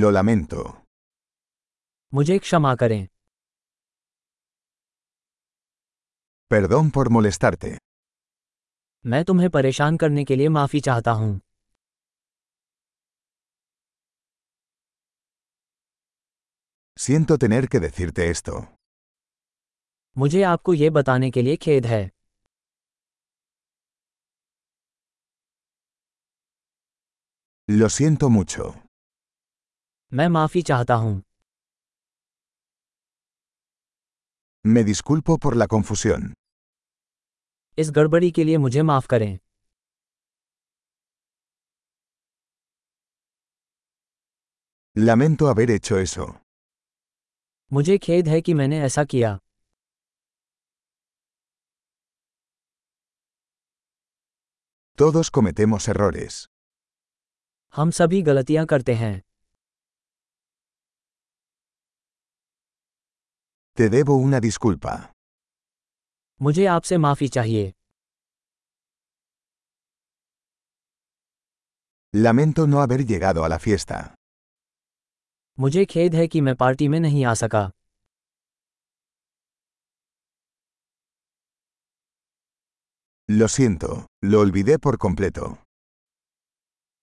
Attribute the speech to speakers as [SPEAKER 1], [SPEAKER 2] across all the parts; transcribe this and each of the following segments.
[SPEAKER 1] Lo lamento.
[SPEAKER 2] मुझे क्षमा करें
[SPEAKER 1] Perdón por molestarte.
[SPEAKER 2] मैं तुम्हें परेशान करने के लिए माफी चाहता हूँ
[SPEAKER 1] Siento tener que decirte esto.
[SPEAKER 2] मुझे आपको ये बताने के लिए खेद है
[SPEAKER 1] Lo siento mucho.
[SPEAKER 2] मैं माफी चाहता हूँ
[SPEAKER 1] Me disculpo por la confusión.
[SPEAKER 2] इस गड़बड़ी के लिए मुझे माफ करें
[SPEAKER 1] Lamento haber hecho eso.
[SPEAKER 2] मुझे खेद है कि मैंने ऐसा किया
[SPEAKER 1] Todos cometemos errores.
[SPEAKER 2] हम सभी गलतियाँ करते हैं
[SPEAKER 1] Te debo una disculpa.
[SPEAKER 2] मुझे आपसे माफी चाहिए
[SPEAKER 1] Lamento no haber llegado a la fiesta.
[SPEAKER 2] मुझे खेद है कि मैं पार्टी में नहीं आ सका
[SPEAKER 1] Lo siento, lo olvidé por completo.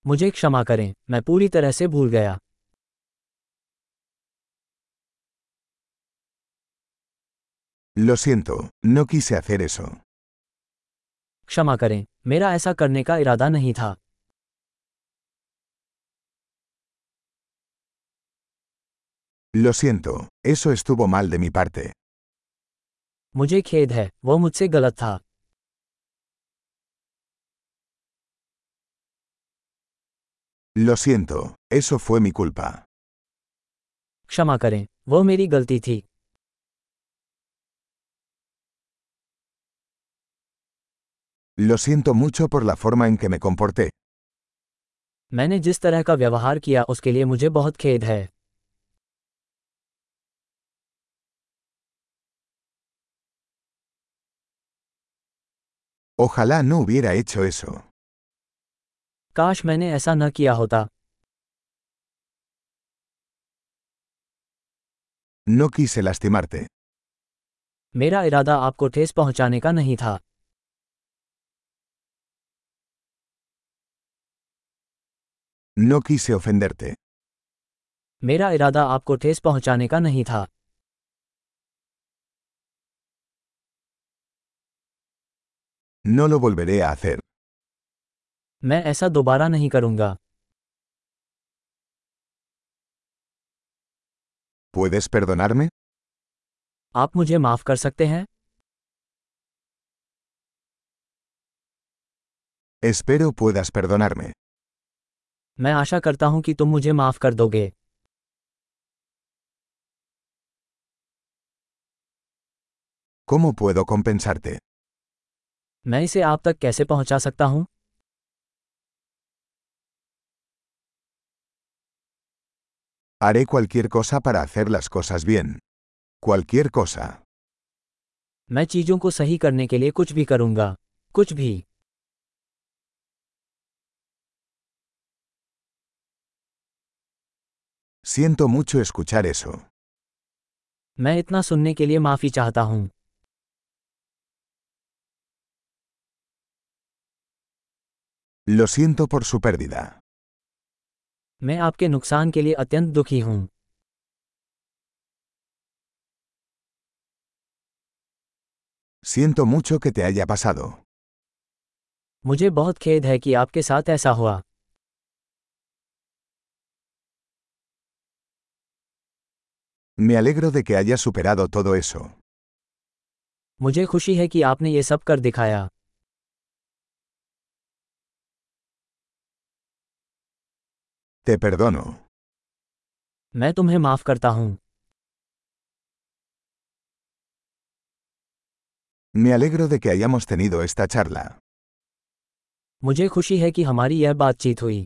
[SPEAKER 2] मुझे क्षमा करें मैं पूरी तरह से भूल गया
[SPEAKER 1] Lo siento, no quise hacer eso.
[SPEAKER 2] क्षमा करें मेरा ऐसा करने का इरादा नहीं था
[SPEAKER 1] Lo siento, eso estuvo mal de mi parte.
[SPEAKER 2] मुझे खेद है वह मुझसे गलत था
[SPEAKER 1] Lo siento, eso fue mi culpa.
[SPEAKER 2] क्षमा करें वह मेरी गलती थी
[SPEAKER 1] Lo siento mucho por la forma en que me comporté.
[SPEAKER 2] मैंने जिस तरह का व्यवहार किया उसके लिए मुझे बहुत खेद है
[SPEAKER 1] Ojalá no hubiera hecho eso.
[SPEAKER 2] काश मैंने ऐसा न किया होता
[SPEAKER 1] No quise lastimarte.
[SPEAKER 2] मेरा इरादा आपको ठेस पहुंचाने का नहीं था
[SPEAKER 1] No quise ofenderte.
[SPEAKER 2] मेरा इरादा आपको ठेस पहुंचाने का नहीं था
[SPEAKER 1] No lo volveré a hacer.
[SPEAKER 2] मैं ऐसा दोबारा नहीं करूंगा
[SPEAKER 1] ¿Puedes perdonarme?
[SPEAKER 2] आप मुझे माफ कर सकते हैं
[SPEAKER 1] Espero puedas perdonarme.
[SPEAKER 2] मैं आशा करता हूं कि तुम मुझे माफ कर दोगे
[SPEAKER 1] ¿Cómo puedo compensarte?
[SPEAKER 2] मैं इसे आप तक कैसे पहुंचा सकता हूं
[SPEAKER 1] Haré cualquier cosa para hacer las cosas bien. Cualquier cosa.
[SPEAKER 2] मैं चीजों को सही करने के लिए कुछ भी करूंगा कुछ भी
[SPEAKER 1] Siento mucho escuchar eso.
[SPEAKER 2] मैं इतना सुनने के लिए माफी चाहता हूं
[SPEAKER 1] Lo siento por su pérdida.
[SPEAKER 2] मैं आपके नुकसान के लिए अत्यंत दुखी हूं
[SPEAKER 1] Siento mucho que te haya pasado.
[SPEAKER 2] मुझे बहुत खेद है कि आपके साथ ऐसा हुआ
[SPEAKER 1] Me alegro de que hayas superado todo eso.
[SPEAKER 2] मुझे खुशी है कि आपने ये सब कर दिखाया
[SPEAKER 1] Te perdono.
[SPEAKER 2] मैं तुम्हें माफ करता हूँ
[SPEAKER 1] Me alegro de que hayamos tenido esta charla.
[SPEAKER 2] मुझे खुशी है कि हमारी यह बातचीत हुई